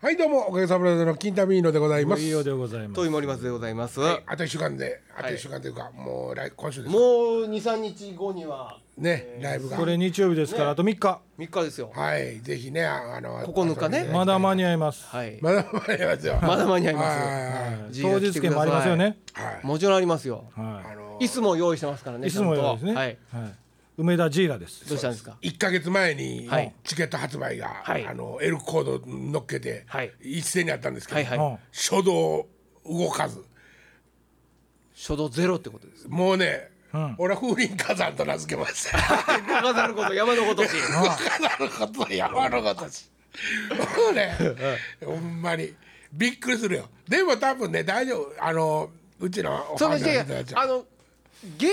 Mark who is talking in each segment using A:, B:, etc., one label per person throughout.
A: はいどうもおかげさまでの金タミーノでございます
B: いいようでございます
C: 遠い森松でございます、
A: あと一週間であと一週間というか、もう来今週です
C: もう23日後には
A: ねライブが
B: これ日曜日ですからあと3日
C: 3日ですよ
A: はいぜひねああの
C: 9日ね
B: まだ間に合います
C: はい
A: まだ間に合いますよ
C: まだ間に合います
A: は
C: はい
B: 当日券もありますよね
A: はい
C: もちろんありますよ
B: はい
A: あの
C: 椅子も用意してますからね
B: いつもよりですね、
C: ちゃんとは
B: はい
C: い、
B: 梅田ジーラです。
C: どうしたんですか
A: 一ヶ月前に
C: はい
A: チケット発売が、
C: はい
A: あのエルコードに乗っけて、
C: はい
A: 一斉にあったんですけど、
C: はいは
B: う
C: い
B: ん
A: 書道動かず
C: 書道ゼロってことです
A: もうね、
B: うん
A: 俺は風林火山と名付けました
C: 中ざること山のこと し
A: 動かざること山のことしもうねほんまにびっくりするよでも多分ね大丈夫あのうちのお
C: その
A: 母
C: い
A: さんの
C: やい
A: 人
C: や
A: たちは
C: あの原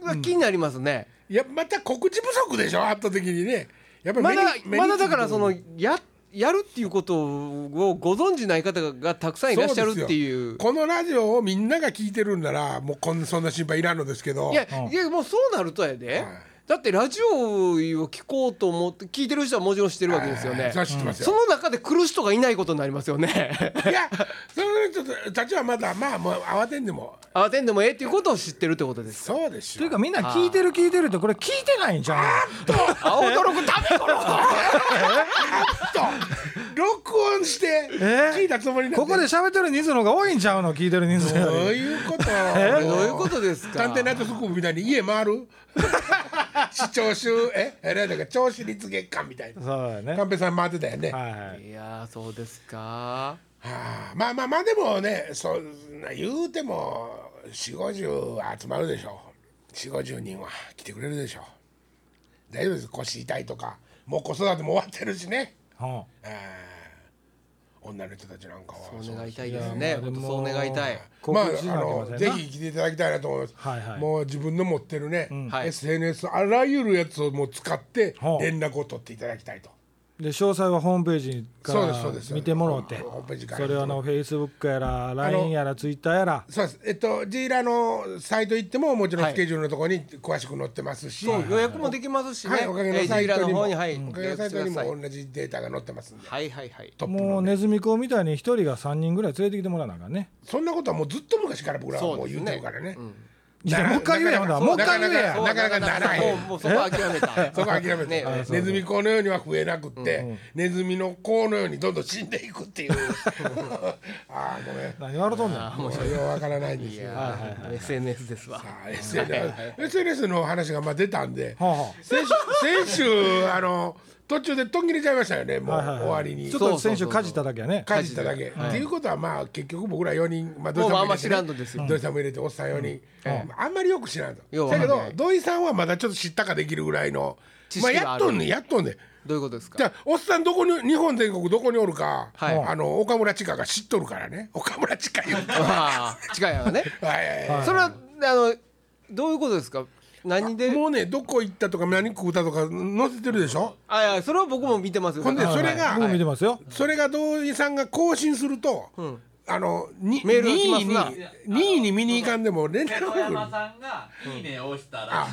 C: 因が気になりますね、
A: いやまた告知不足でしょ圧倒的にねやっぱり
C: ま
A: 目に
C: だ
A: 目に
C: まだだから
A: つく
C: そのややるっていうことをご存じない方がたくさんいらっしゃるって
A: そ
C: い
A: うですよこのラジオをみんなが聞いてるんならもうこんそんな心配いらんのですけど
C: いやいやもうそうなるとやで、だってラジオを聞こうと思って聞いてる人はもちろん知ってるわけですよ
A: はい
C: ね
A: それは知ってますよ
C: その中で来る人がいないことになります よね
A: いやその人たちはまだまあもう慌てんでも
C: 慌てんでもええっていうことを知ってるってことです
A: そうでし
B: とい
A: ょ
B: うかみんな聞いてる聞いてるってこれ聞いてないんじゃん。
C: あ驚くためこの
A: と録音して聞いたつもりなん
B: ここで喋ってる人数の方が多いんちゃうの聞いて る人数
A: どう
B: より。
A: いうこと
C: どういうことですか
A: 探偵ナイトスクープみたいに家回る 視聴集ええなんだっけ聴取率月間みたいな
B: そうだね。
A: 寛平さん回ってたよね
B: はいはい。
C: いやーそうですか
A: はあまあまあまあでもねそんな言うても4 5 0集まるでしょ4 5 0人は来てくれるでしょ大丈夫です腰痛いとかもう子育ても終わってるしね
B: うん
A: ああ女の人たちなんかは
C: お
A: そう
C: 願いたいですね
B: いやまあ
C: 本
B: で
C: 当
B: も
C: そう願いたい
A: まあ
B: 告知しな
A: あ
B: きゃいけません
A: の
B: な
A: ぜひ来ていただきたいなと思います、
B: はいはい
A: もう自分の持ってるね、
C: はい
A: SNS あらゆるやつをもう使って
B: ほう
A: 連絡を取っていただきたいと。
B: で詳細はホームページか
A: そうですそうです
B: ら見てもろうて
A: ホームページから
B: それはあのフェイスブックやら LINE やらツイッターやら
A: そうです。えっと、ジーラのサイト行っても、もちろん
C: はい
A: スケジュールのところに詳しく載ってますし。
C: そう予約もできますしね、
A: はい、おかげの
C: えー
A: サイト
C: ジ
A: に
C: ーラの
A: も、
C: 方にはい、
A: おかげのサイトに
C: 予約してください
A: も同じデータが載ってますんで。
C: はいはいはい
A: トップのね
B: もうネズミ講みたいに一人が三人ぐらい連れてきてもらわなあかんね。
A: そんなことはもうずっと昔から僕らはもう言ってるからね。
B: いやもう一回言えやほんならもう一回言えや。
A: なかなかならへん
C: もうもうそこは諦めた
A: そこは諦めて、
C: ね
A: ねネズミ子のようには増えなくって、ネズミの子のようにどんどん死んでいくっていう。 ああ、ごめん。
B: 何笑うとんねん。は
A: もうようわからないんです
C: い
A: よ。
C: やー SNS ですわ
A: あー SNS, SNS の話がまあ出たんで
B: あ、は
A: 先週先週あの途中で途切れちゃいましたよねもう
B: はいはいはい
A: 終わり
B: あ。
A: に
B: ちょっと先週かじっただけやね。
A: かじっただけ、っていうことはまあ結局僕ら4人、まあ、土井さんも
C: もうま
A: 入れ
C: あまあ
A: て、
C: 知らんのですよ
A: 土井さんも入れておっさん4人、あんまりよく知らんと
C: よう
A: だけど
C: はい
A: 土井さんはまだちょっと知ったかできるぐらいの
C: 知
A: まあ
C: 識が
A: や
C: あ
A: っ
C: る
A: とんねんやっとんねん
C: どういうことですか
A: じゃあおっさんどこに日本全国どこにおるか、
C: はい
A: あの岡村知花が知っとるからね岡村知花言うは
C: ああ 近いわね
A: いはいはい
C: それはあのどういうことですか何で
A: もうねどこ行ったとか何食うたとか載せてるでしょ
C: あいやそれは僕も見てますよ
A: ほんで
C: だから
A: それが
B: 僕見てますよ。
A: それが同井さんが更新すると、あのに
C: メールが
A: 2
C: 来
A: 位
C: ます
A: に
C: な
A: 2位に見に行かんで も連絡
D: 瀬戸
A: が来る
D: 山さんが「いいね」を押したら、
A: あ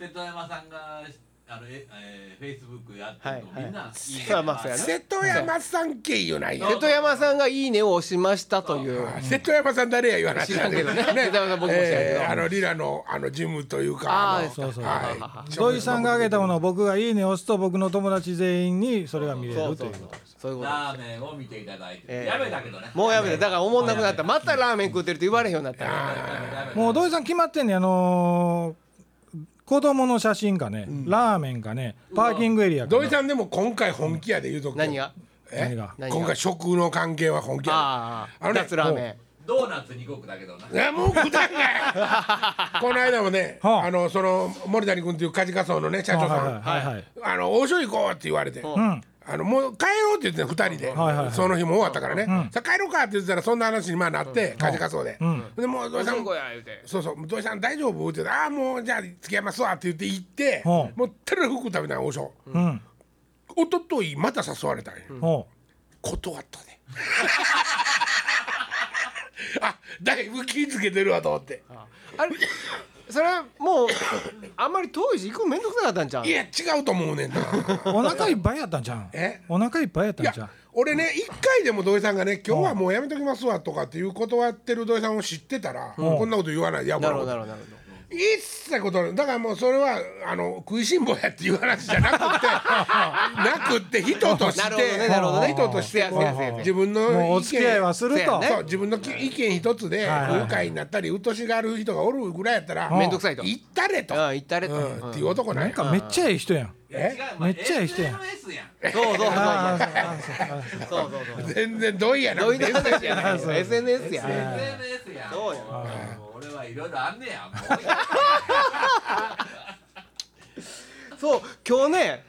D: 瀬戸山さんがあのえ、えー、Facebook やってるの、
C: はいはい
D: みんな「いいね」
C: そうまあそうや ね
A: 瀬戸山さん経由なんや
C: 瀬戸山さんが「いいね」を押しましたという
A: あ瀬戸山さん誰や言わな
C: 知らんけどね 瀬戸山さん僕も知らんけど
A: えーあのリラのあのジムというか
C: あー
A: の
C: そう
B: そう
A: はい
B: 土井さんが挙げたものを僕が「いいね」押すと僕の友達全員にそれが見れ
C: そ
B: る
C: う
B: と
C: そ
B: いう
C: う
B: こ
C: そう
B: と
C: そういうこと
D: ラーメンを見ていただいて、
C: えー
D: やめたけどね
C: もうやめてだからおもんなくなったまたラーメン食ってるって言われへんようになったから
B: もう土井さん決まってんねあのー子供の写真かねラーメンかねパーキングエリアか
A: 土井
B: ね
A: さんでも今回本気やで言うとく
C: 何が
A: え
B: 何が
C: 何が
A: 今回食の関係は本気や
C: あ
A: あの
C: あ
A: ね
C: 脱ラーメン
D: ドーナツ2国だけどな
A: でいやもう食たんかいこの間もね、
B: はあ
A: あのその森谷君という梶川荘のね社長さん、
B: はいはいはい
A: あの王将行こうって言われて、
B: ん
A: あのもう帰ろうって言ってた二人で、
B: はいはいはい
A: その日も終わったからね、さあ帰ろうかって言ってたらそんな話にまあなって、梶川荘で、でもう土井さん
C: どこや言うて
A: そうそう土井さん大丈夫って言ってああもうじゃあ付き合いますわって言って行って、
B: はあ
A: もうテレフク食べたの王将、
B: うん
A: 一昨日また誘われたんや、
B: ほ
A: 断ったねあだいぶ気ぃ付けてるわと思って
C: あれそれもうあんまり遠いし行くの面倒くさかったんじゃん
A: いや違うと思うねんな
B: お腹いっぱいやったんじゃん
A: え
B: お腹いっぱいやっ
A: い
B: たんじゃ
A: や
B: ん
A: 俺ね一回でも土井さんがね今日はもうやめときますわとかっていう断ってる土井さんを知ってたら、こんなこと言わないや
C: なるほどな
A: る
C: るほどなるほど
A: 一切断るだからもうそれはあの食いしん坊やっていう話じゃなくてなくって人として
C: なるほどねなるほどね
A: 人として
C: せやせやせやせや
A: 自分の
B: もうお付き合いはする
C: せ
B: と
C: やね
A: そう自分のき意見一つで
B: はいはい
A: 不愉快になったりうっとしがある人がおるぐらいやったら
B: ん
C: 面倒くさいと
A: 行ったれと、
C: うん行ったれと
A: うんっていう男な
B: なんん
A: や
B: かめっちゃいい人やん
A: え
D: いや違うお前
B: めっちゃええ人やん
D: SNS やん
C: そうそうそう
B: あーそうそうそう
C: そうそうそう
A: 全然どいやな
C: どう いう話じゃない
B: そう
C: よ SNS や
D: SNS やん
C: そうよ
D: ももう俺はいろいろあんねや もう
C: そう今日ね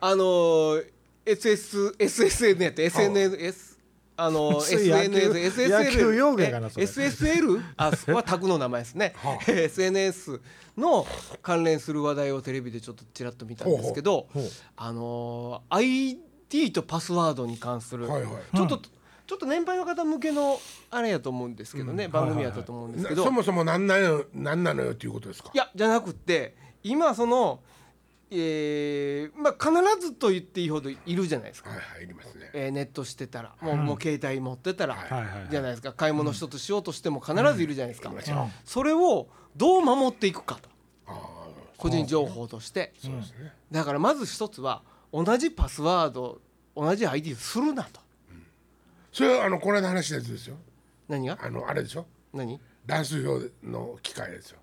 C: あのー SS SSN やって SNS あのー
B: 野球
C: SNS SSL
B: 野球用語やからそれ
C: SSL あそこはタグの名前ですね SNS の関連する話題をテレビでちょっとちらっと見たんですけど
B: ほうほう
C: あのー ID とパスワードに関する
A: はいはい
C: ちょっとちょっと年配の方向けのあれやと思うんですけどね番組やったと思うんですけど
A: そもそも何なの何なのよっていうことですか
C: いやじゃなくって今そのえーまあ必ずと言っていいほどいるじゃないですか、
A: はいはいいりますね
C: えーネットしてたらもう,、もう携帯持ってたら、
B: はいはい
C: じゃないですか買い物一つしようとしても必ずいるじゃないですか、
B: ん
C: それをどう守っていくかと
A: あ
C: 個人情報として、
A: あそうですね、
C: だからまず一つは同じパスワード同じ ID をするなと
A: それはあのこの間話したやつですよ
C: 何が
A: あのあれでしょ
C: 何い
A: 乱数表の機械ですよ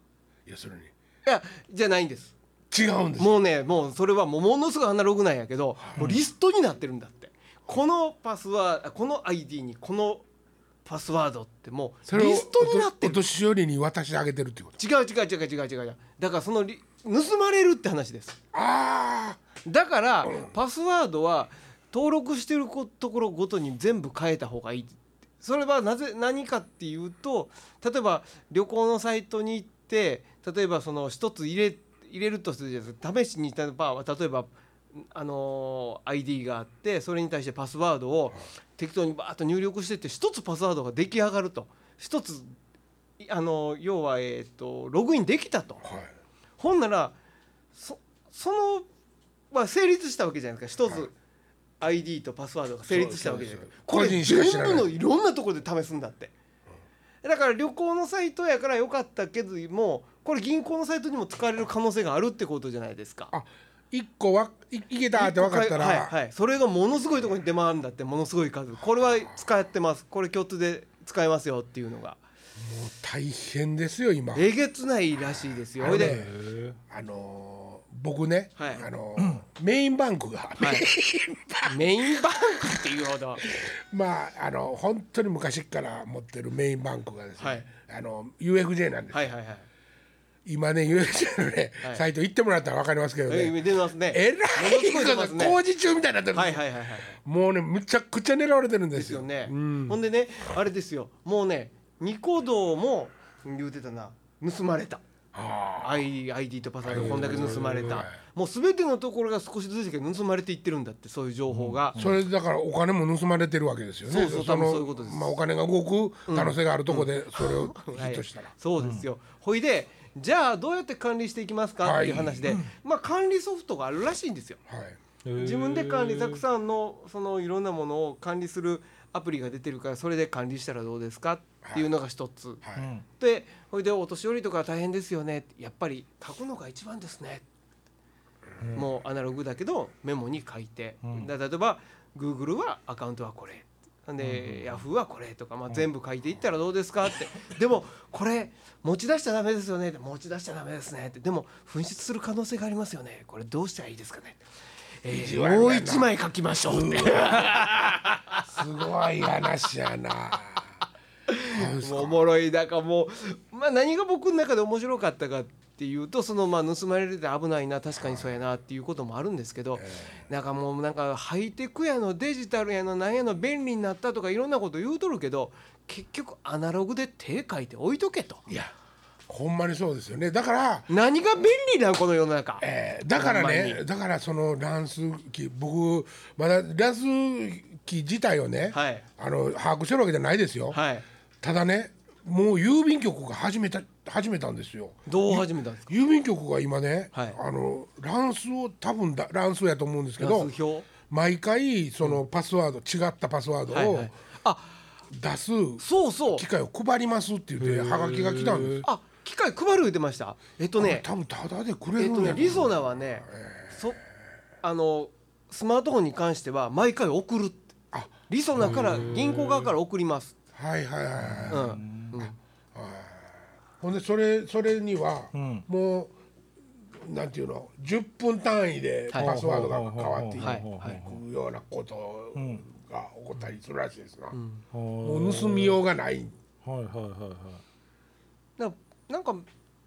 A: 要するに
C: やじゃないんです
A: 違うんです
C: もうねもうそれはもうものすごいアナログなんやけど、もうリストになってるんだってこのパスワードこの ID にこのパスワードってもう
A: それを
C: リストになって
A: お
C: る違う
A: 年寄りに渡してあげてるっていうこと
C: 違う違う違う違う違うだからそのリ盗まれるって話です
A: あ
C: だからパスワードは登録してることころごとに全部変えた方がいいそれはなぜ何かっていうと例えば旅行のサイトに行って例えばその一つ入れ入れるとするじゃないですか試しに例えば例えばあのー ID があってそれに対してパスワードを適当にバーッと入力してって一つパスワードが出来上がると一つあのー要はえっとログインできたと。
A: あはい
C: ほんならそその、まあ、成立したわけじゃないですか一つ ID とパスワードが成立したわけじゃないですか
A: そ
C: こ
A: うそうそう
C: れ
A: 個人
C: 全
A: しか知らない
C: 部のいろんなところで試すんだってだから旅行のサイトやからよかったけどもこれ銀行のサイトにも使われる可能性があるってことじゃないですか
A: あ一個わいいけたって分かったら、
C: はいはい、それがものすごいところに出回るんだってものすごい数これは使ってますこれ共通で使えますよっていうのが
A: 大変ですよ今
C: えげつないらしいですよ
A: あ
C: ほ
A: の
C: い
A: ね
C: で
A: あのー僕ね、
C: はい
A: あのーメインバンクが、
C: メインバンクっていうほど
A: まああの本当に昔から持ってるメインバンクがですね、
C: はい
A: あの UFJ なんです、
C: はいはいはい
A: 今ね UFJ のね、
C: はい
A: サイト行ってもらったら分かりますけどね、
C: え出ますね。
A: え
C: もの
A: ら
C: す
A: い
C: ご出
A: こ
C: ます
A: と
C: ね
A: 工事中みたいになってるんですよ
C: はいはいはいはい。
A: もうねむちゃくちゃ狙われてるんで
C: ですす
A: よ
C: よね。
A: うん
C: ほんでね、あれですよ。もうね、ニコ動も言うてたな。盗まれた。
A: は
C: ID, ID とパスワードこんだけ盗まれ
A: は
C: た
A: い
C: もう全てのところが少しずつだけど盗まれていってるんだってそういう情報が、
A: あそれだからお金も盗まれてるわけですよね
C: そうそう多分そういうことです
A: まあ、お金が動く可能性があるとこでそれをヒ
C: は
A: ッ
C: い
A: トしたら、
C: そうですよ、ほいでじゃあどうやって管理していきますかっていう話で、まあ管理ソフトがあるらしいんですよ
A: はい
C: 自分で管理たくさんのそのいろんなものを管理するアプリが出てるからそれで管理したらどうですかっていうのが一つ、
A: はい
B: うん
C: でほいでお年寄りとか大変ですよねやっぱり書くのが一番ですね、もうアナログだけどメモに書いて、だ例えば Google はアカウントはこれなんで、Yahoo はこれとか、まあ、全部書いていったらどうですかって、でもこれ持ち出しちゃダメですよねって持ち出しちゃダメですねってでも紛失する可能性がありますよねこれどうしたらいいですかね、え
A: 地
C: ー
A: 悪やな
C: もう一枚書きましょうって
A: すごい話や な
C: もうおもろいだからもう、まあ、何が僕の中で面白かったかっていうとそのまあ盗まれてて危ないな確かにそうやなっていうこともあるんですけど、なんかもうなんかハイテクやのデジタルやのなんやの便利になったとかいろんなこと言うとるけど結局アナログで手書いて置いとけと
A: いやほんまにそうですよねだから
C: 何が便利なんこの世の中、
A: えーだから
C: ほんま
A: ねだからその乱数機僕まだ乱数機自体をね、
C: はい
A: あの把握してるわけじゃないですよ、
C: はい
A: ただねもう郵便局が始めた始めたんですよ
C: どう始めたんですか
A: 郵便局が今ね、
C: はい
A: あの乱数を多分だ乱数やと思うんですけど
C: 数表
A: 毎回そのパスワード、違ったパスワード
C: はいは
A: を
C: いあ
A: 出す
C: そうそう
A: 機会を配りますって言ってはがきが来たんです
C: あ機械配る言ってましたえっとね
A: 多分ただでくれ
C: え
A: る
C: っ
A: ん
C: と
A: や
C: ねリゾナはねそあのスマートフォンに関しては毎回送るって
A: あ
C: リソナから銀行側から送ります
A: はいはいはい、はい
C: うんうん
A: ほんでそれそれには、もうなんていうの10分単位で
C: はい
A: パスワードが変わってい
C: はい
A: くようなことが起こったりするらしいですな、
B: は
A: もう盗みようがない
B: いはいはいはい
C: ななんか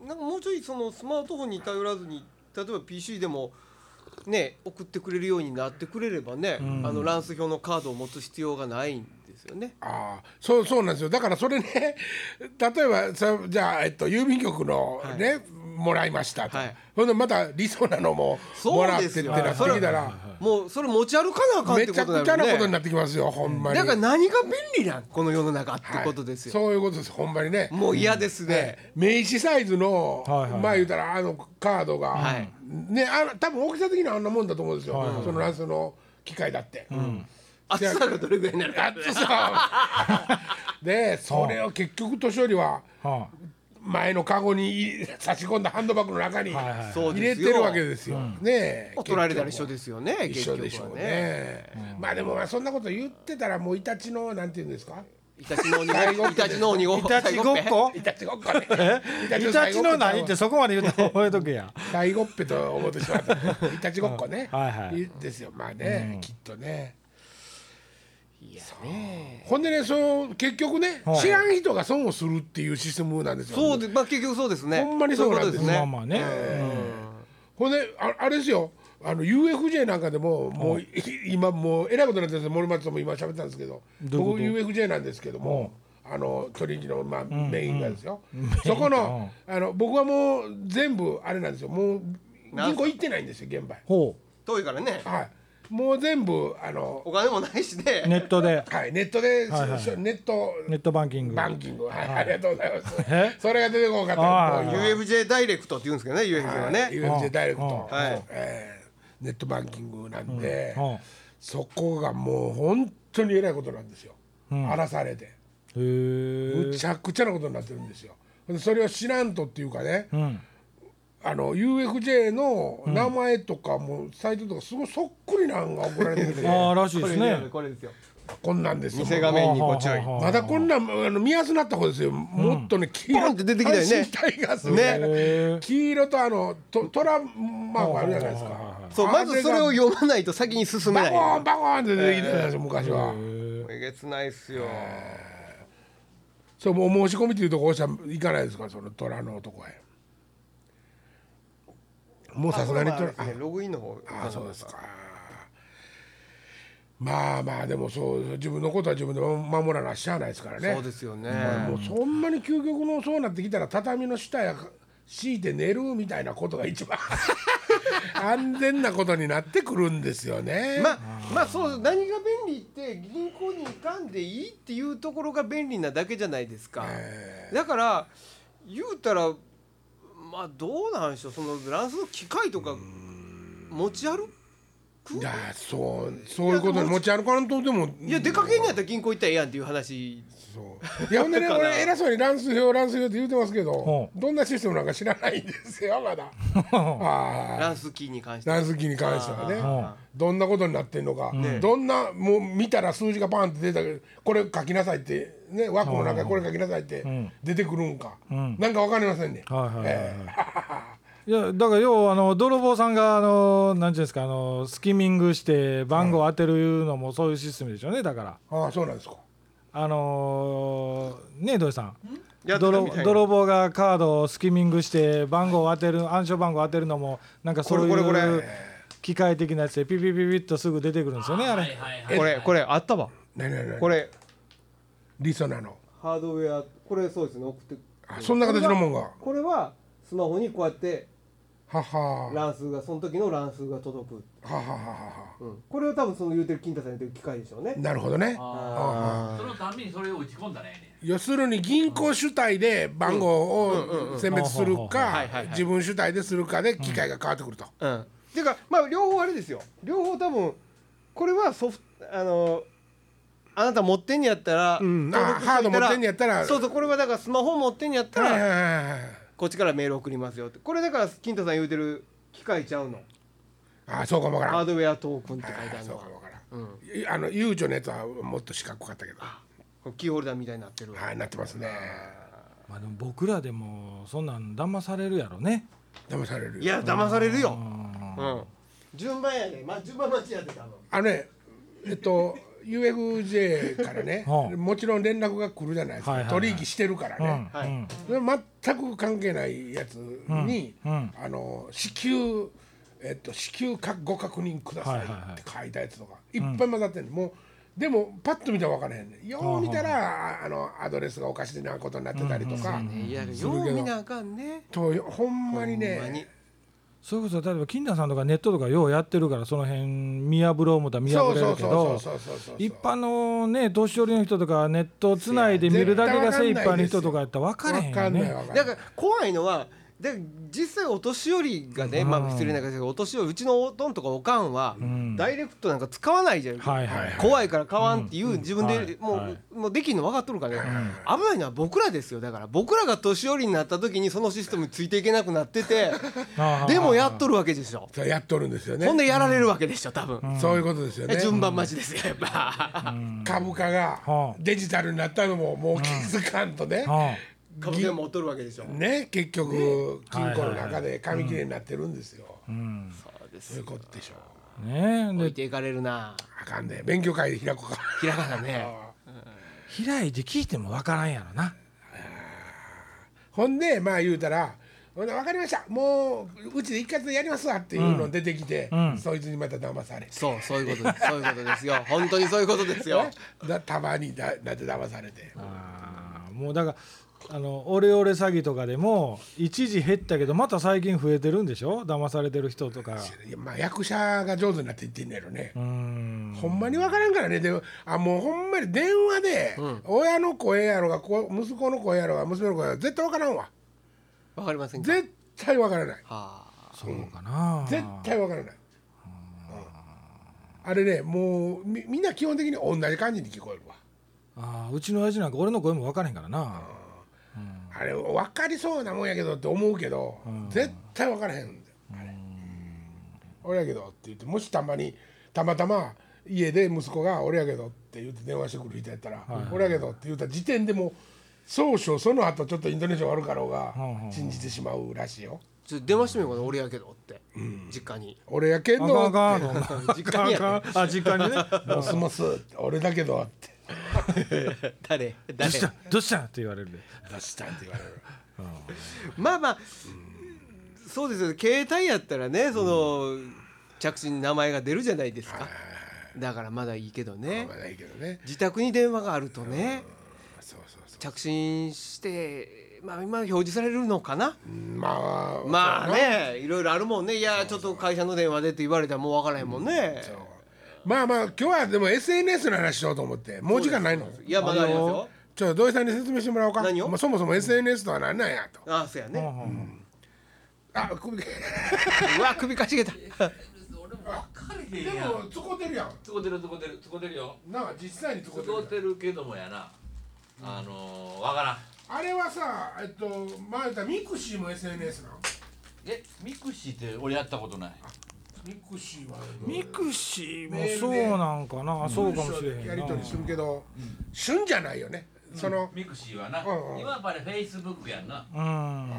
C: なんかもうちょいそのスマートフォンに頼らずに例えば PC でもね送ってくれるようになってくれればね、あのランス表のカードを持つ必要がないんですよね。
A: ああそうそうなんですよだからそれね例えばさじゃあ、えっと、郵便局の
C: はい
A: ね、もらいましたと、
C: はい
A: ほんでまた理想なのも
C: そ
A: もら
C: う
A: っ
C: で
A: てっ
C: す
A: て
C: よ
A: なってきたら
C: もうそれ持ち歩かなあかんっ
A: め
C: て
A: ち
C: こと
A: ゃく
C: になる
A: ちゃなこと
C: よ
A: に
C: ね。
A: なってきますよほんまに
C: だから何が便利なんこの世の中って
A: はい
C: ことですよ。
A: そういうことですほんまにね
C: もう嫌ですね。
A: 名刺サイズの、
B: はいはいはい
A: まあ言うたらあのカードが、
C: はい
A: ねあの多分大きさ的にはあんなもんだと思うんですよ、そのランスの機械だって、
C: 厚さがどれぐらいになるか。
A: 熱さ でそれを結局年寄りは
B: は
A: 前のカゴに入れ差し込んだハンドバッグの中に
B: いはいはい
C: そう
A: 入
C: で
A: れ
C: す
A: て
C: よ
A: るわけですよ、ねえ
C: 取られたら一緒ですよね。
A: 結
C: 結
A: 局は
C: 局
A: 一緒
C: は
A: でしょうね。まあでもまあそんなこと言ってたらもうイタチのなんて言うんですか
C: イタチの鬼ごっこイタチの鬼ごっ
B: い
C: こ
B: イタチごっこ
A: イタチごっこね
B: イタチの何ってそこまで言うと覚えとけや
A: 大ごっぺと思ってしまったいたちごっこね、
B: はいはい
A: ですよまあね、きっとね
C: いやね。
A: ほんでねその結局ね、
B: はい
A: 知らん人が損をするっていうシステムなんですよ
C: そうでまあ結局そうですね。
A: ほんまにそうなんです
C: いこと
B: まあまあね
A: ほんでああれですよあの UFJ なんかでも、もうい今もうえらいことになってるんですよ森松さんも今喋ったんですけど
B: どういうこと
A: 僕 UFJ なんですけども、あの取引の、まあ、メインがですよ、そこの,、あの僕はもう全部あれなんですよもう銀行行ってないんですよ現場へ
B: ほ
C: 遠いからね。
A: はいもう全部あの
C: お金もないしね。
B: うネットで
A: はい、ネットで、
B: はいはい
A: しょネット
B: ネットバンキング
A: バンキング、はい、ありがとうございます
B: え。
A: それが出てこなかった
B: あー
A: もう
C: UFJ ダイレクトって言うんですけどね UFJ はね。
A: UFJ ダイレクト、
C: うんはい
A: えーネットバンキングなんで、
B: うんうん
A: そこがもう本当にえらいことなんですよ、荒らされて
B: へえ
A: むちゃくちゃなことになってるんですよでそれを知らんとっていうかね、あの UFJ の名前とかもサイトとかすごいそっくりなんが送られてきて、
B: ああらしいです
C: こ
B: ね
C: れこれですよ。
A: こんなんですよ
C: 偽画面にご注意。
B: はあはあはあ
A: まだこんなんあの見やすなった方ですよ。もっとね、黄
C: ポ
A: 色
C: ンって出てきたよね
A: 阪神タイガースみたいな
B: ねへー
A: 黄色とあのトトランマークあるじゃないです
B: はいはい
A: か
B: はいは。
C: そうまずそれを読まないと先に進
A: バ
C: めない。
A: コーンバコーンって出てきたんですよ昔は。
C: えげつないっすよ。
A: そうもう申し込みっていうとこしゃ行かないですからそのトラのとこへ。もうさすがに
C: あ
A: ト
C: そう
A: ラ
C: なんですねログインの方。
A: ああそうですか。まあまあでもそう自分のことは自分で守らなしゃあないですからね。
C: そうですよね。
A: もうそんなに究極のそうなってきたら畳の下や敷いて寝るみたいなことが一番 安全なことになってくるんですよね。
C: まあまあそう何が便利って銀行に行かんでいいっていうところが便利なだけじゃないですか、だから言うたらまあどうなんでしょうそのランスの機械とか持ち歩く
A: いやそうそういうことに持ち歩かんとでも
C: いや出かけんのやったら銀行行ったらええやんっていう話
A: そういやほんでね
C: だから
A: 俺偉そうにランス表ランス表って言うてますけど
B: ほ
A: どんなシステムなんか知らないんですよ まだああ
C: ランスキーに関しては
A: ランス機に関してはね
B: あ
A: どんなことになってんのか、どんなもう見たら数字がパンって出たけどこれ書きなさいって、ね、枠の中にこれ書きなさいって出てくるんか、なんかわかりませんね。
B: はいはいはい
A: え
B: いやだから要はあの泥棒さんがあのなんていうんですかあのスキミングして番号を当てるのもそういうシステムでしょうねだから
A: えああそうなんですか。
B: あのー、ねえ土井さん
C: やってた
B: 泥
C: みたいな
B: 泥棒がカードをスキミングして番号を当てる暗証番号を当てるのもなんかそうい
C: これこれこ
B: う
C: れ
B: 機械的なやつでピピピピピッとすぐ出てくるんですよねあ
D: は
B: れ
D: いはいはい
C: これこれあったわ
A: ねえねえねえ
C: これ
A: リソナの
C: ハードウェアこれそうですね送って
A: あそんな形のもんが。
C: これはスマホにこうやって
A: はは
C: 乱数がその時の乱数が届く、
A: はははは
C: うん、これを多分その言うてる金太さん言うてる機械でしょうね
A: なるほどね
D: あ
A: あ
D: あそのたんびにそれを打ち込んだらええねん
A: 要するに銀行主体で番号を選別する
C: うんは
A: か
C: いはいはい
A: 自分主体でするかで機械が変わってくると、
C: うんっていうかまあ両方あれですよ両方多分これはソフトあのあなた持ってんやったら、
A: うんあ
C: 登録しといたら
A: ハード持ってんやったら
C: そうそうこれはだからスマホ持ってんやったら、
A: はいはいはいはい
C: こっちからメール送りますよってこれだから金太さん言うてる機械ちゃうの
A: ああそうかもわからん
C: ハードウェアトークンって書いて
A: あ
C: あ
A: あ
C: る
A: そ
C: の
A: う
C: は
A: かもわからん
C: うん、こ
A: いあの遊女のやつはもっと四角かったけど
C: れキーホルダーみたいになってるわ
A: はいなってますね
B: まあでも僕らでもそんなん騙されるやろね
A: 騙されるよ
C: いや騙される
B: う
C: よ、
B: ん
C: うん、順番やね、ま、順番待ちやってたの
A: あのねえっと UFJ からね
B: はあ
A: もちろん連絡が来るじゃないですか、
B: はいはいはい
A: 取引してるから
B: うん
A: ね、
C: はい
B: うん
A: それ全く関係ないやつに、
B: うんうん
A: あの支給えっと支給かご確認ください
B: はいはいはい
A: って書いたやつとか、いっぱい混ざってる、もうでもパッと見たら分からへんねんよう見たらああのアドレスがおかしなことになってたりとか、
C: いやよ
A: するけど
C: う見なあかんね
A: とほんまにね
C: ほんまに
B: それこそ例えば金田さんとかネットとかようやってるからその辺見破ろう思ったら見
A: そ
B: 破
A: う
B: れ
A: そ
B: る
A: う
B: け
A: そう
B: ど
A: そうそうそう
B: 一般のね年寄りの人とかネットつないで見るだけが精一杯の人とかやったら分かれへんよ
A: わかんない
B: ね
A: わかんな
C: だ
A: い
C: から怖いのはで実際お年寄りがね、まあ失礼な感じでお年寄りうちのおとんとかおかんは、
B: ん
C: ダイレクトなんか使わないじゃん、
B: はいはいはい
C: 怖いから買わんっていう、自分で、
B: はい
C: もう、
B: はい
C: もうできんの分かっとるからね、危ないのは僕らですよだから僕らが年寄りになった時にそのシステムについていけなくなっ てて
B: ああ
C: でもやっとるわけでしょ、
A: そうやっとるんですよね
C: ほんでやられるわけでしょ多分、
A: そういうことですよね
C: え順番待ちですよやっぱ、
A: 株価が
B: はあ
A: デジタルになったのももう気づかんとね
B: は
C: 株券も取るわけでしょ、
A: ね結局金庫の中で紙切れになってるんですよ
C: そうで
A: そう
C: す
A: いうことでしょ
B: あねえ
C: 置い
B: で
C: ていかれるな
A: あかんね勉強会で開こうか
C: ひらがなね
B: 開いて聞いても分からんやろな
A: ほんでまあ言うたら「ほんで分かりましたもううちで一括でやりますわ」っていうの出てきてそいつにまた騙されて
C: そうそういうことですそういうことですよ本当にそういうことですよ
A: だたまにだだって騙されて
B: ああもうだからあのオレオレ詐欺とかでも一時減ったけどまた最近増えてるんでしょ騙されてる人とか
A: いやまあ役者が上手になっていってんねやろね
B: うーん
A: ほんまに分からんからねでもあもうほんまに電話で、親の声やろがこ息子の声やろが娘の声やろが絶対分からんわ
C: わかりませんかは
A: 絶対分からない
C: あ
B: そうかな
A: 絶対分からない、うんあれねもうみみんな基本的に同じ感じに聞こえるわ
B: ああうちの親父なんか俺の声も分からへんからな
A: あれ分かりそうなもんやけどって思うけど、絶対分からへんんだよあれ俺やけどって言ってもしたまにたまたま家で息子が「俺やけど」って言って電話してくる人やったら「俺やけど」って言った時点でもう少々その後ちょっとインドネシア悪かろうが
B: んうんうん
A: 信じてしまうらしいよ。
C: ちょっと電話してみようかな俺やけどって、実 家に
A: 俺やけど
B: あか
A: っ
B: んあ
A: て
B: かんそんな
C: 実家に
B: あかんあかんあ実家 にね
A: モスモス俺だけどって
C: 誰
B: どう
C: 誰
B: したどうしたって言われるで
A: 出したんって言われる。
C: まあまあそうですよ携帯やったらねその、着信に名前が出るじゃないですかだからまだいいけどね
A: まあないけどね。
C: 自宅に電話があるとね
A: そうそうそ
C: 着信してまあ今表示されるのかな
A: う。まあ
C: まあねいろいろあるもんねいやちょっと会社の電話でって言われたらもう分からへんもんね、
A: そうまあまあ今日はでも SNS の話しようと思ってもう時間ないの
C: いやまだありますよ
A: ちょっと土井さんに説明してもらおうか
C: 何を
A: まあ、そもそも SNS とは何なんやと
C: ああそうや
B: う
C: ね
B: んうん
A: あ首で
C: う わ首かしげた
D: 俺も分かれへんやん
A: つこてるやん
D: つこてるつこてるつこてるよ
A: なあ実際につ
D: つこてるけどもやなあのー、分からん
A: あれはさえっと前言ったミクシーも SNS なの
D: えミクシーって俺やったことない
A: ミクシーは
B: ミクシーもそうなんかなそうかもしれへんな
A: やり取りするけど、旬じゃないよねその、
D: ミクシーはな
A: うんうん
D: 今やっぱりフェイスブックやんな
B: う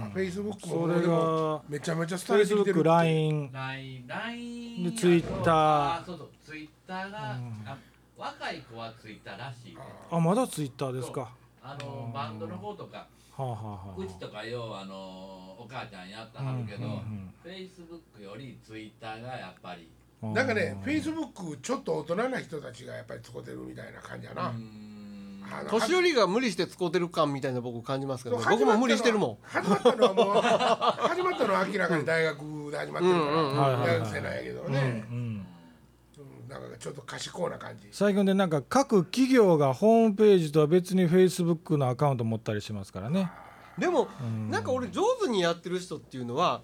B: ん
A: フェイスブックも
B: それが
A: めちゃめちゃ
B: フ
A: 伝
B: ェ
A: えて
B: イス
A: き
B: ブ
A: てる
B: ック LINE
D: LINE
B: で
D: やと
B: Twitter
D: あーそうそうツイッターが、あ若い子はツイッターらしいね
B: あまだツイッターですかは
D: あのバンドの方とか
B: あはあは
D: うちとかようあのお母ちゃんやってはるけど、フェイスブックよりツイッターがやっぱり
B: あ
A: なんかねフェイスブックちょっと大人な人たちがやっぱりつこてるみたいな感じや
D: うー
A: な、
D: ん
A: あの
C: 年寄りが無理して使ってる感みたいな僕感じますけど、ね、
A: 始まった
C: 僕
A: のは
C: も無理してるもん
A: 始まったのはもう始まったのは明らかに大学で始まってる
C: うんうん
B: うんはい
A: か
B: はい
A: ら
B: は
A: 大
B: い
A: 学生なんやけど
B: うんう
A: ね、
B: ん
A: うんなんかちょっと賢いな感じ
B: 最近でなんか各企業がホームページとは別にフェイスブックのアカウント持ったりしますからね
C: でも、なんか俺上手にやってる人っていうのは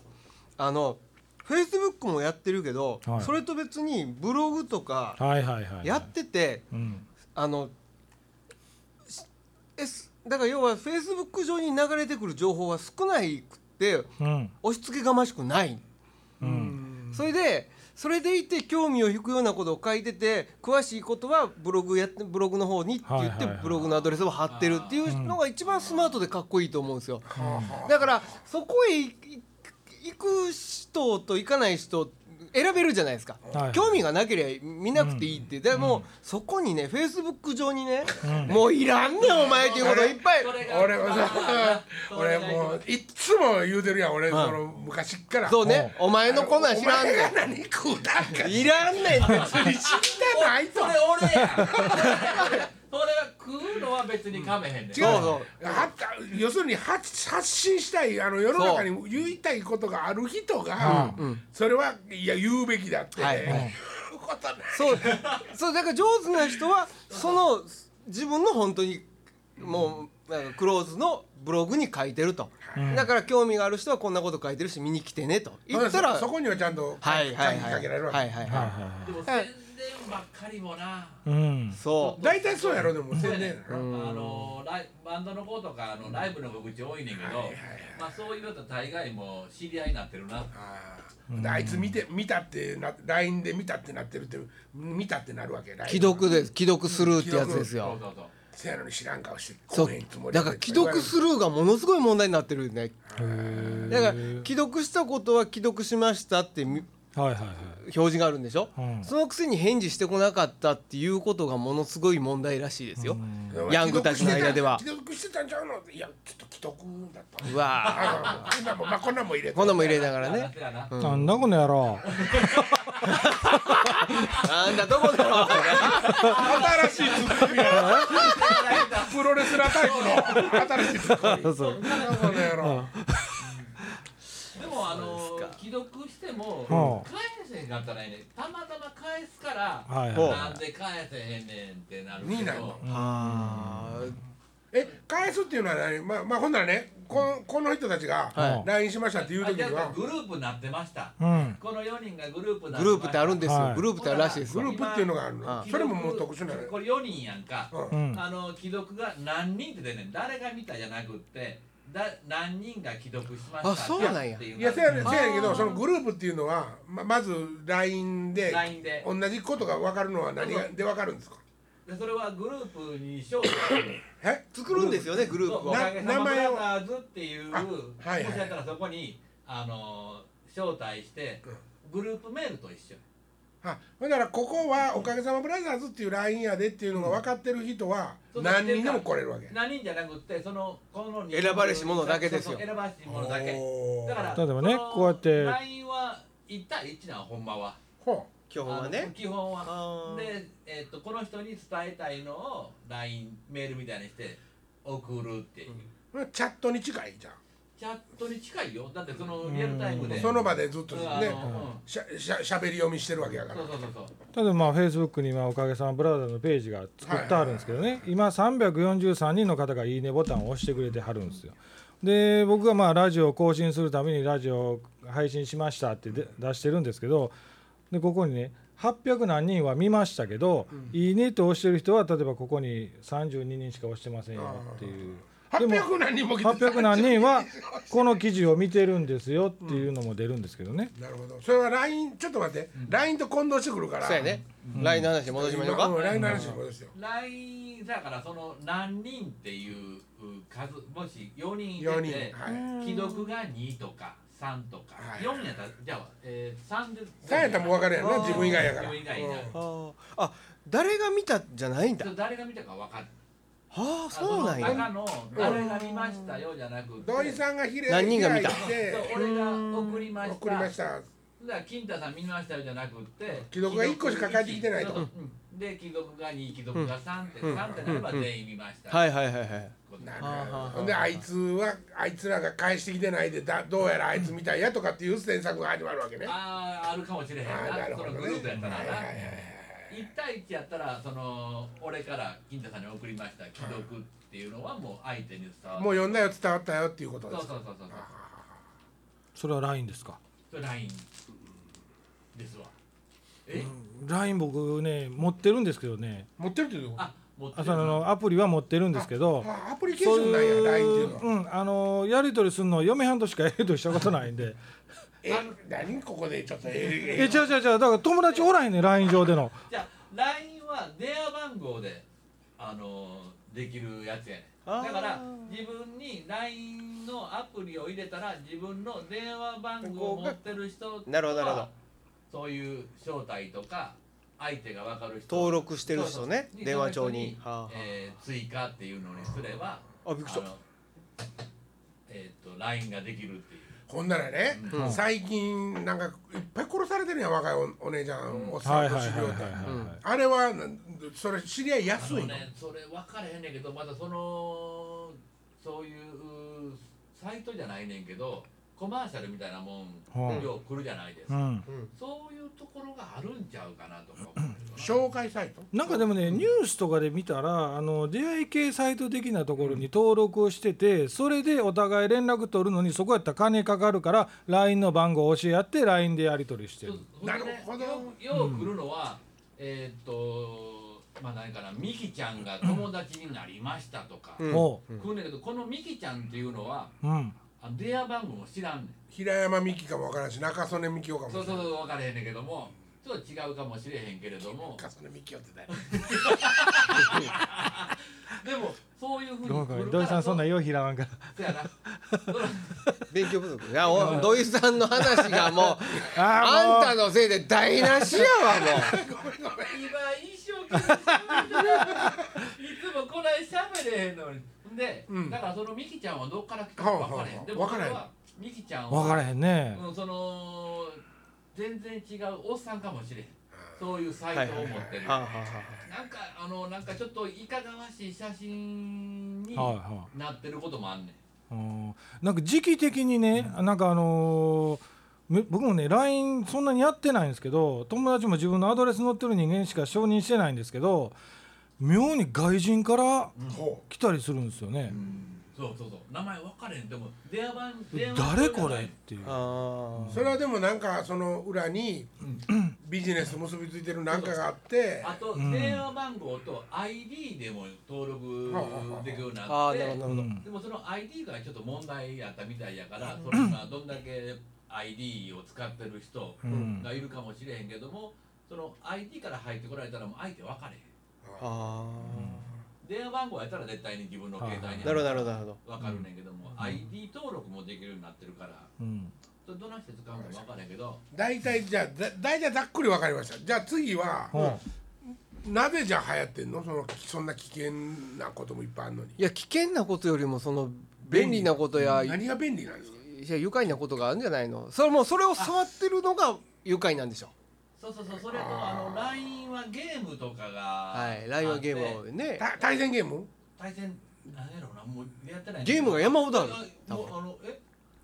C: あのフェイスブックもやってるけど、
B: はい
C: それと別にブログとか
B: はいはいはいはい
C: やってて、
B: うん
C: あのし S だから要はフェイスブック上に流れてくる情報は少ないくて
B: うん
C: 押し付けがましくない、
B: うん
C: それでそれでいて興味を引くようなことを書いてて詳しいことはブログやってブログの方にって言って
B: はいはいはい
C: ブログのアドレスを貼ってるっていうのが一番スマートでかっこいいと思うんですよ。だからそこへ行く人と行かない人選べるじゃないですか、
B: はい
C: 興味がなければ見なくていいって、でも、そこにねフェイスブック上にね、
B: ん
C: もういらんねんお前っていうこといっぱい
D: それが
A: 俺も
D: ま
A: さ
D: あ
A: 俺もういっつも言うてるやん俺そ
C: はい
A: の昔っから
C: そうねお前のこんなん知らんね
A: お前が何食うたんか
C: んいらんねんって
A: 知りたない
D: そ
A: と
D: れ俺やんそれは食うのは別に噛めへんねん
C: 違うぞ
A: は要するに発発信したいあの世の中に言いたいことがある人がそ,、れはいや言うべきだって、
C: はい
A: 言うことない
C: そうそうだから上手な人はその自分の本当にもうなんかクローズのブログに書いてると、だから興味がある人はこんなこと書いてるし見に来てねと言ったら
A: そそこにはちゃんと
C: はいはい
A: 鍵
C: はい
A: かけられるわけ、
C: はいはい
B: はい
C: は
B: は
D: でも宣伝ばっかりもな、
B: いうん
C: いそう
A: 大体そうやろでも宣伝
D: あのライバンドの子とかあのライブの告知多いねんけど、まあそういうのと大概もう知り合いになってるな。
A: あーであいつ見て見たってな LINE で見たってなってるって見たってなるわけ
C: 既読です既読スルーってやつです
D: そう
C: よ
D: そうそう。
A: せやのに知らん顔して
C: そ
A: こ
C: う
A: へんつもり
C: だから既読スルーがものすごい問題になってるよねだから既読したことは既読しましたってみ
B: はいはいはい
C: 表示があるんでしょ、
B: うん
C: そのくせに返事してこなかったっていうことがものすごい問題らしいですよ、ヤングたちの間では
A: 既読してたんちゃうのいやちょっと既読だった
C: うわあ
A: あのこんなんもまあこんなんも入れて
C: こんなんも入れながらね
D: 楽やな
B: なんだこの野郎
C: なんだどこだろう
A: 新しいツッコミやプロレスラータイプの新しいツッ コミ
B: そう
A: なんかねあの
D: でもあの既読して
B: は
D: も返せへんかったらいいね。たまたま返すから、
B: はい
C: ほう
B: は
D: なんで返せへんねんってなる
A: に
D: け
A: なるの
D: ど。
C: あ
A: え返すっていうのは何まあまあほんならねここの人たち
B: は
A: が
B: い
A: LINE しましたっていう
D: あ
A: 時に
D: 逆
A: は
D: にグループになってました。
B: いうん
D: この4人がグループ
C: ー
D: にな
C: グループってあるんですよ、
B: はい
C: グループってあるらしいです
A: グ
C: よ
A: ループっていうのがある
C: あ
A: のそれももう特殊なのよ
D: これ4人やんか、
A: う
B: うん
D: あの既読が何人って出んねん誰が見たじゃなくってだ何人が既読しました
C: あそうなんや
D: っていう
A: いやせやねんせやねんけ
C: あ
A: ど
C: ー
A: そのグループっていうのはままず LINE で
D: LINE で
A: 同じことが分かるのは何がで分かるんですか
D: でそれはグループに招待する
A: え
C: 作るんですよ ねグループ
D: お
C: を
A: な
D: かげさ
A: 名
D: まブ
A: 前
D: ラ
A: を
D: ザーズっていう
A: あはいはい
D: もしやったらそこにあの招待してグループメールと一緒
A: あほんならここは「おかげさまブラザーズ」っていう LINE やでっていうのが分かってる人は
D: うん
A: 何人でも来れるわけ
D: 何人じゃなくってそのこの人数
C: 選ばれし者だけですよ
D: そうそう選ばれし者だけ
A: おー
D: だから
B: 例えばね
D: その
B: こうやって
D: LINE は1対1なのほんまは
A: ほ
C: 基本は
D: あの
C: ね
D: 基本は
C: あー
D: で、えっとこの人に伝えたいのを LINE メールみたいにして送るっていう、
A: うチャットに近いじゃん
D: チャットに近いよだってそのリアルタイムで、
A: その場でずっと
D: うん
A: ね
D: あのうん
A: しゃしゃしゃべり読みしてるわけやから
D: そうそうそうそう
B: ただまあフェイスブックに今おかげさまブラザーズのページが作ってあるんですけどね今343人の方が「いいね」ボタンを押してくれてはるんですよで僕がまあラジオを更新するためにラジオを配信しましたってで出してるんですけどでここにね800何人は見ましたけど「いいね」と押してる人は例えばここに32人しか押してませんよっていうでも
A: 800何人も来て
B: 800何人はこの記事を見てるんですよっていうのも出るんですけどね
A: なるほどそれは LINE ちょっと待って LINE と混同してくるから
C: そうやね、LINE の話に戻しましょうか、
A: 今うん LINE の話に戻してよ
D: LINE だからその何人っていう数もし4人いて
A: 4人
D: て
A: はい
D: 既読が2とか3とか、
A: はい
D: 4やったらじゃあ、えー、3で
A: 3やったらもう分かるやんな
C: あー
A: 自分以外やから
D: 自分以外や
A: うん
C: あーあ誰が見たじゃないんだ
D: ちょっと誰が見たか分かる
C: ああそうなん
D: あの中
C: や
D: の誰が見ましたよじゃなくて
A: 土井さんがひれ
C: 何人が見た
A: 開いて
D: そう俺が送りました
A: 送りました
D: だから金太さん見ましたよじゃなくって
A: 既読が一個しか返ってきてないと
D: そううんで既読が2既読が3って3ってなれば全員見ました、
C: はいはいはいはい
D: こと
A: なる
D: なる
A: ほ
C: はあは
A: ど
C: あ
A: ほんであいつはあいつらが返してきてないでだどうやらあいつみたいやとかっていう詮索が始まるわけね。は
D: あーあるかもしれへんな
A: あーなるほ
D: そ
A: ど
D: の
A: ね
D: グループやったらな、
A: いはいはい
D: 1対1やったらその俺から金太さんに送りました既読っていうのはもう相手に伝わ
A: はい
D: る
A: もう読んだよ伝わったよっていうこと
D: そう
A: で
D: そう
A: す
D: そ
A: か。
D: うそう
B: それは LINE ですか
D: それ LINE ですわえ
B: LINE 僕ね持ってるんですけどね
A: 持ってるってどういうこと
D: あ持って
B: あ
D: る
B: そのアプリは持ってるんですけど
A: あアプリケーシ
B: そう
A: ョンなん
B: い
A: や LINE っていううのは。
B: うんあのやり取りするの嫁はんとしかやり取りしたことないんで
A: え何ここでちょっと え
B: え違う違う違うだから友達おらへんねん LINE 上での
D: じゃあ LINE は電話番号であのーできるやつやねん
C: あー
D: だから自分に LINE のアプリを入れたら自分の電話番号を持ってる人
C: なるほどなるほど
D: そういう招待とか相手が分かる人
C: 登録してる人ね
D: そうそう
C: 電話帳に
D: そ
C: はあ
D: の
C: はあ
D: 人にえー追加っていうのにすれば
C: あびっくりした
D: のえーっと LINE ができるっていう
A: ほんならね、
B: うん
A: 最近なんかいっぱい殺されてるやん若いおお姉ちゃん、おっさ
B: は
A: ん
B: い
A: お
B: はい
A: 知
B: はい
A: り合い
B: は
A: で
B: いはい、
C: うん
A: あれはなんそれ知り合い安い
D: あ
A: の
D: のねそれ分かれへんねんけどまだそのそういううーサイトじゃないねんけどコマーシャルみたいなも
B: は
D: ん
B: あ
D: よう来るじゃないです
B: う
D: か、
B: ん、
D: そういうところがあるんちゃうかなとか思うけどな
A: 紹介サイト
B: なんかでもねニュースとかで見たらあの出会い系サイト的なところに登録をしててそれでお互い連絡取るのにそこやったら金かかるから LINE の番号教え合って LINE でやり取りして
D: そう
B: る
D: ほんでね
A: なるほど
D: ようよう来るのは、えーっとまあ何かなミキちゃんが友達になりましたとか、
C: うん
B: お
C: うん
D: 来るんだけどこのミキちゃんっていうのは
B: うん
D: あ電話番号も知らんねん
A: 平山美樹かもわからんし中曽根美紀夫かもし
D: そ
A: れ
D: う
A: な
D: そ
A: いう
D: そう分からへんねんけどもちょっと違うかもしれへんけれども
A: 中曽根美紀夫って誰
D: でもそういうふ
B: ごめんご
D: うに来
B: めん
D: る
B: 土井さんそんな
D: そ
B: んようひらわんから
D: うやな
C: 勉強不足いやお土井さんの話がもうあんたのせいで台無しやわもう
D: 今一生懸命喋ってるいつもこないしゃべれへんのにで、
A: うん
D: だからそのミキちゃんはどっから来たか分からへ
A: はあ
D: ん、
A: はあ
D: でも
A: 分からへん
D: これはミキちゃんは
B: 分からへんね
D: うん、その全然違うおっさんかもしれへんそういうサイトを持ってる、
C: はあはあは
D: なんかあのなんかちょっといかがわしい写真に
B: はいはい
D: なってることもあんねん
B: うんなんか時期的にね、なんかあのーめ僕もね LINE そんなにやってないんですけど友達も自分のアドレス載ってる人間しか承認してないんですけど妙に外人から
A: ほ
B: 来たりするんですよね、
D: そうそうそう名前分かれへんでも電話番電話番
B: 誰これっていう
C: ああ
A: うそれはでもなんかその裏にビジネスと結びついてるなんかがあって
D: あと
B: うん
D: 電話番号と ID でも登録できるように
C: あ
D: なっ
C: あ
D: て
C: なるほどなるほど、
B: うん
D: でもその ID がちょっと問題やったみたいやからその今どんだけ ID を使ってる人
B: うん
D: がいるかもしれへんけどもその ID から入ってこられたらもう相手分かれへん
C: あ
D: 電話番号やったら絶対に自分の携帯
B: う
D: に
B: ん
C: あなるほどなるほどなるほど
D: 分かるねんけども ID 登録もできるようになってるから
B: うん
D: それどないして使うのか分からへんけど
A: 大体じゃあだ大体ざっくり分かりましたじゃあ次は
B: うん
A: なぜじゃあ流行ってんのそのそんな危険なこともいっぱいあるのに
C: いや危険なことよりもその便利なことやい
A: 何が便利なんですか
C: や愉快なことがあるんじゃないのそれもうそれを触ってるのが愉快なんでしょ
D: そうそうそうそれとあの LINE はゲームとかが
C: は
D: あっ
C: い
D: て
C: LINE はゲームをね
A: た対戦ゲーム
D: 対戦なんやろうなもうやってない
C: ゲームが山ほどある
D: あもうあのえ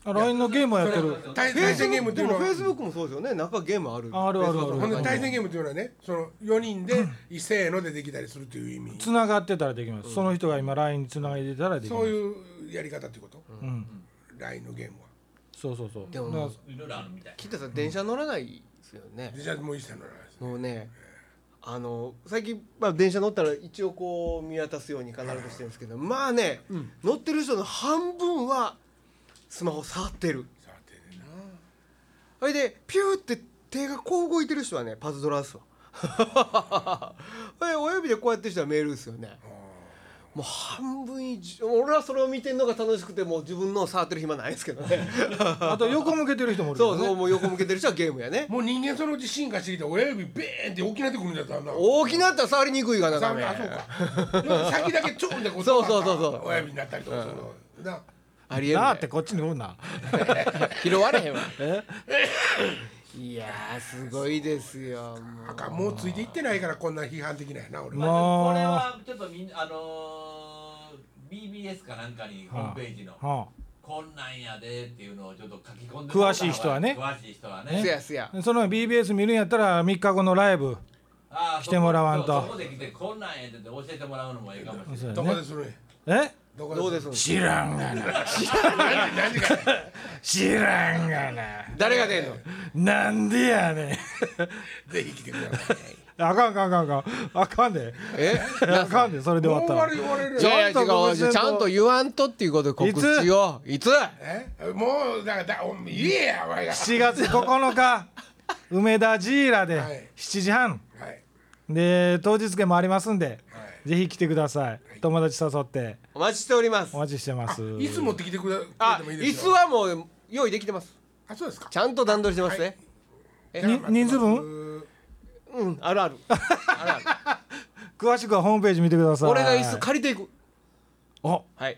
B: あ LINE のゲームはやってる
A: 対
C: フェイ
A: 対
C: ス
A: 戦
C: ブ
A: ゲ
C: ッ
A: ーム
C: ク
A: って
C: で
A: いうの
C: も
A: は
C: フェイスブックもそうですよね中ゲームある
B: あるあるある
C: Facebook
A: ほん
C: の
A: で
C: 中
A: 対
C: にも
A: 戦ゲームっていうのはねその4人で一せーのでできたりするという意味
B: つながってたらできます、その人が今 LINE につないでたらできます
A: そういうやり方ってこと
B: うん
A: LINE のゲームは
B: そうそうそう
C: でも
B: だから
D: いろいろあるみたい
C: 北さん電車乗らないですよね
A: でじゃあもう一切のないです
C: もうねあの最近、まあ、電車乗ったら一応こう見渡すように必ずしてるんですけどまあね、乗ってる人の半分はスマホ触ってる
A: さてねな
C: それでピューって手がこう動いてる人はねパズドラっすわ それで親指でこうやってる人はメールですよねもう半分以上俺はそれを見てるのが楽しくてもう自分のを触ってる暇ないですけど ね
B: あと横向けてる人もいる
C: そ
B: よ
C: う
B: ね
C: そうもう横向けてる人はゲームやね
A: もう人間そのうち進化してきて親指ベーンって大きなってくるんだったらな
C: 大きなったら触りにくいがな
A: さ
C: ダ
A: あ
C: メ
A: そうかでも先だけちょんってこ
C: そうそうそうそう
A: 親指になったりとかするのな
C: ありえる、
B: なあ
C: ね
B: っ、てこっちにおんな
C: 拾われへんわいやーすごいですよも
A: あ
C: う
A: かんもうついていってないからこんな批判的なんやな俺
B: ま
A: は、
D: まあ、でもこれはちょっとみんあのー BBS かなんかにホームページの、
B: は
D: こんなんやでっていうのをちょっと書き込んで
B: 詳しい人はね
D: 詳しい人は
B: ね
D: ね
C: すやすや
B: あ、その BBS 見るんやったら3日後のライブ
D: ああ
B: 来てもらわんと
D: そこそこで来てこんなんやでって教えてもらうのもええかもしれない
B: そうや
A: どこ
B: ね
A: でするんや
B: え
A: どこ
C: どうですす
A: る
B: 知らんが
A: 何
B: な
A: 何が
B: 知らんがな
C: 誰が出んの
B: なんでやね
A: ぜひ来てください
B: んあかんあかんあかんあかんあかんで
C: え
B: あかんでそれで
A: もう
B: 終
A: 終
B: わ
A: わ
B: っ
A: る終われる
C: い
B: じゃ
C: やいや違う違うち
B: ち
C: ゃ
B: ゃ
C: ん
B: ん
C: と
B: と
C: 言わんとっていうことで告知をいつ
A: えもうだからだお前言えやお前が
B: た7月9日梅田ジーラで
A: はい
B: 7時半
A: はい
B: で当日券もありますんで
A: はい
B: ぜひ来てください友達誘って
C: お待ちしております
B: お待ちしてます
A: いつ持ってきてくれくれ
C: あ
A: てもいいで
C: 椅
A: す
C: 子
A: よ
C: はもう用意できてます
A: あそうですか
C: ちゃんと段取りしてますね、え
A: じゃあ待って
B: 人数分
A: ます
C: うんあるあるあるある
B: 詳しくはホームページ見てください
C: 俺が椅子借りていく
B: お
C: はい